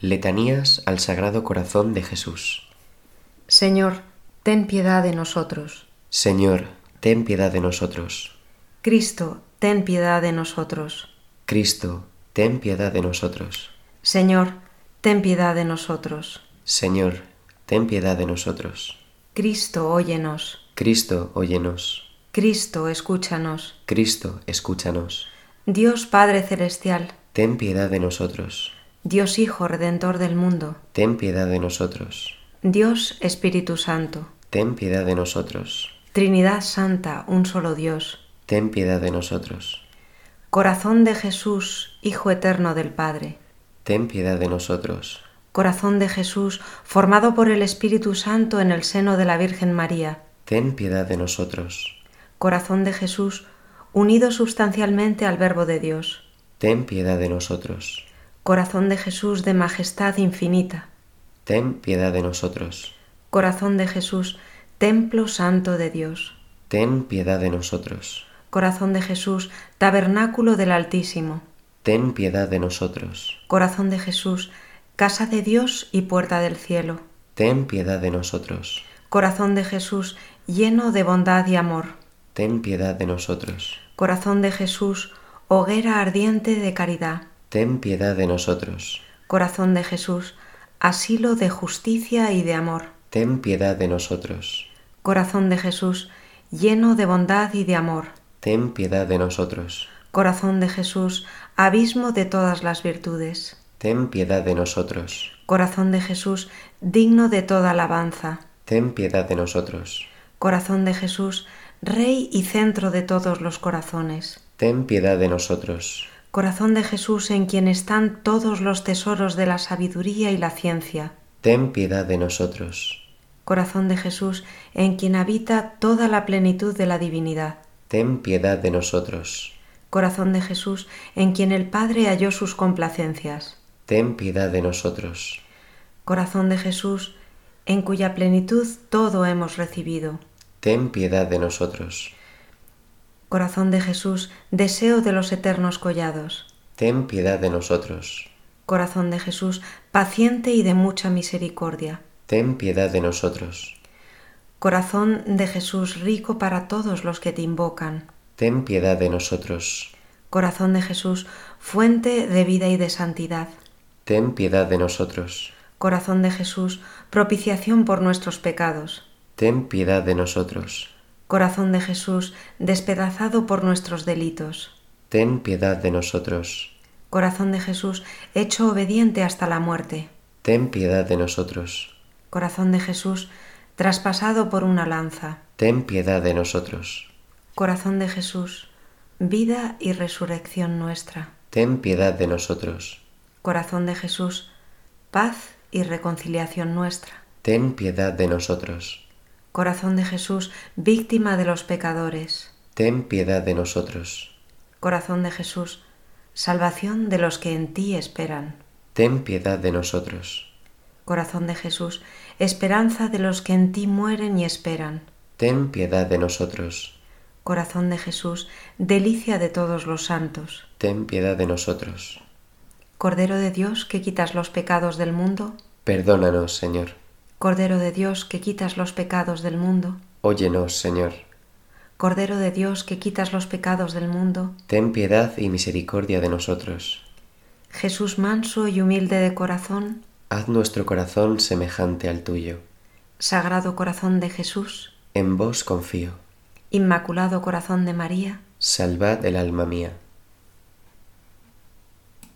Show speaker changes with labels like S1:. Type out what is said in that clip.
S1: Letanías al Sagrado Corazón de Jesús.
S2: Señor, ten piedad de nosotros.
S1: Señor, ten piedad de nosotros.
S2: Cristo, ten piedad de nosotros.
S1: Cristo, ten piedad de nosotros.
S2: Señor, ten piedad de nosotros.
S1: Señor, ten piedad de nosotros.
S2: Cristo, óyenos.
S1: Cristo, óyenos.
S2: Cristo, escúchanos.
S1: Cristo, escúchanos.
S2: Dios Padre Celestial,
S1: Ten piedad de nosotros.
S2: Dios Hijo Redentor del mundo,
S1: Ten piedad de nosotros.
S2: Dios Espíritu Santo,
S1: Ten piedad de nosotros.
S2: Trinidad Santa, un solo Dios,
S1: Ten piedad de nosotros.
S2: Corazón de Jesús, Hijo Eterno del Padre,
S1: Ten piedad de nosotros.
S2: Corazón de Jesús, formado por el Espíritu Santo en el seno de la Virgen María,
S1: Ten piedad de nosotros.
S2: Corazón de Jesús, unido sustancialmente al Verbo de Dios,
S1: Ten piedad de nosotros.
S2: Corazón de Jesús de majestad infinita,
S1: Ten piedad de nosotros.
S2: Corazón de Jesús, Templo Santo de Dios,
S1: Ten piedad de nosotros.
S2: Corazón de Jesús, Tabernáculo del Altísimo,
S1: Ten piedad de nosotros.
S2: Corazón de Jesús, Casa de Dios y Puerta del Cielo,
S1: Ten piedad de nosotros.
S2: Corazón de Jesús, lleno de bondad y amor,
S1: Ten piedad de nosotros.
S2: Corazón de Jesús, hoguera ardiente de caridad,
S1: Ten piedad de nosotros.
S2: Corazón de Jesús, asilo de justicia y de amor.
S1: Ten piedad de nosotros.
S2: Corazón de Jesús, lleno de bondad y de amor.
S1: Ten piedad de nosotros.
S2: Corazón de Jesús, abismo de todas las virtudes.
S1: Ten piedad de nosotros.
S2: Corazón de Jesús, digno de toda alabanza.
S1: Ten piedad de nosotros.
S2: Corazón de Jesús, Rey y centro de todos los corazones.
S1: Ten piedad de nosotros.
S2: Corazón de Jesús en quien están todos los tesoros de la sabiduría y la ciencia.
S1: Ten piedad de nosotros.
S2: Corazón de Jesús en quien habita toda la plenitud de la divinidad.
S1: Ten piedad de nosotros.
S2: Corazón de Jesús en quien el Padre halló sus complacencias.
S1: Ten piedad de nosotros.
S2: Corazón de Jesús en cuya plenitud todo hemos recibido.
S1: Ten piedad de nosotros.
S2: Corazón de Jesús, deseo de los eternos collados.
S1: Ten piedad de nosotros.
S2: Corazón de Jesús, paciente y de mucha misericordia.
S1: Ten piedad de nosotros.
S2: Corazón de Jesús, rico para todos los que te invocan.
S1: Ten piedad de nosotros.
S2: Corazón de Jesús, fuente de vida y de santidad.
S1: Ten piedad de nosotros.
S2: Corazón de Jesús, propiciación por nuestros pecados.
S1: Ten piedad de nosotros.
S2: Corazón de Jesús, despedazado por nuestros delitos.
S1: Ten piedad de nosotros.
S2: Corazón de Jesús, hecho obediente hasta la muerte.
S1: Ten piedad de nosotros.
S2: Corazón de Jesús, traspasado por una lanza.
S1: Ten piedad de nosotros.
S2: Corazón de Jesús, vida y resurrección nuestra.
S1: Ten piedad de nosotros.
S2: Corazón de Jesús, paz y reconciliación nuestra.
S1: Ten piedad de nosotros.
S2: Corazón de Jesús, víctima de los pecadores.
S1: Ten piedad de nosotros.
S2: Corazón de Jesús, salvación de los que en ti esperan.
S1: Ten piedad de nosotros.
S2: Corazón de Jesús, esperanza de los que en ti mueren y esperan.
S1: Ten piedad de nosotros.
S2: Corazón de Jesús, delicia de todos los santos.
S1: Ten piedad de nosotros.
S2: Cordero de Dios que quitas los pecados del mundo.
S1: Perdónanos, Señor.
S2: Cordero de Dios que quitas los pecados del mundo.
S1: Óyenos, Señor.
S2: Cordero de Dios que quitas los pecados del mundo.
S1: Ten piedad y misericordia de nosotros.
S2: Jesús manso y humilde de corazón.
S1: Haz nuestro corazón semejante al tuyo.
S2: Sagrado corazón de Jesús.
S1: En vos confío.
S2: Inmaculado corazón de María.
S1: Salvad el alma mía.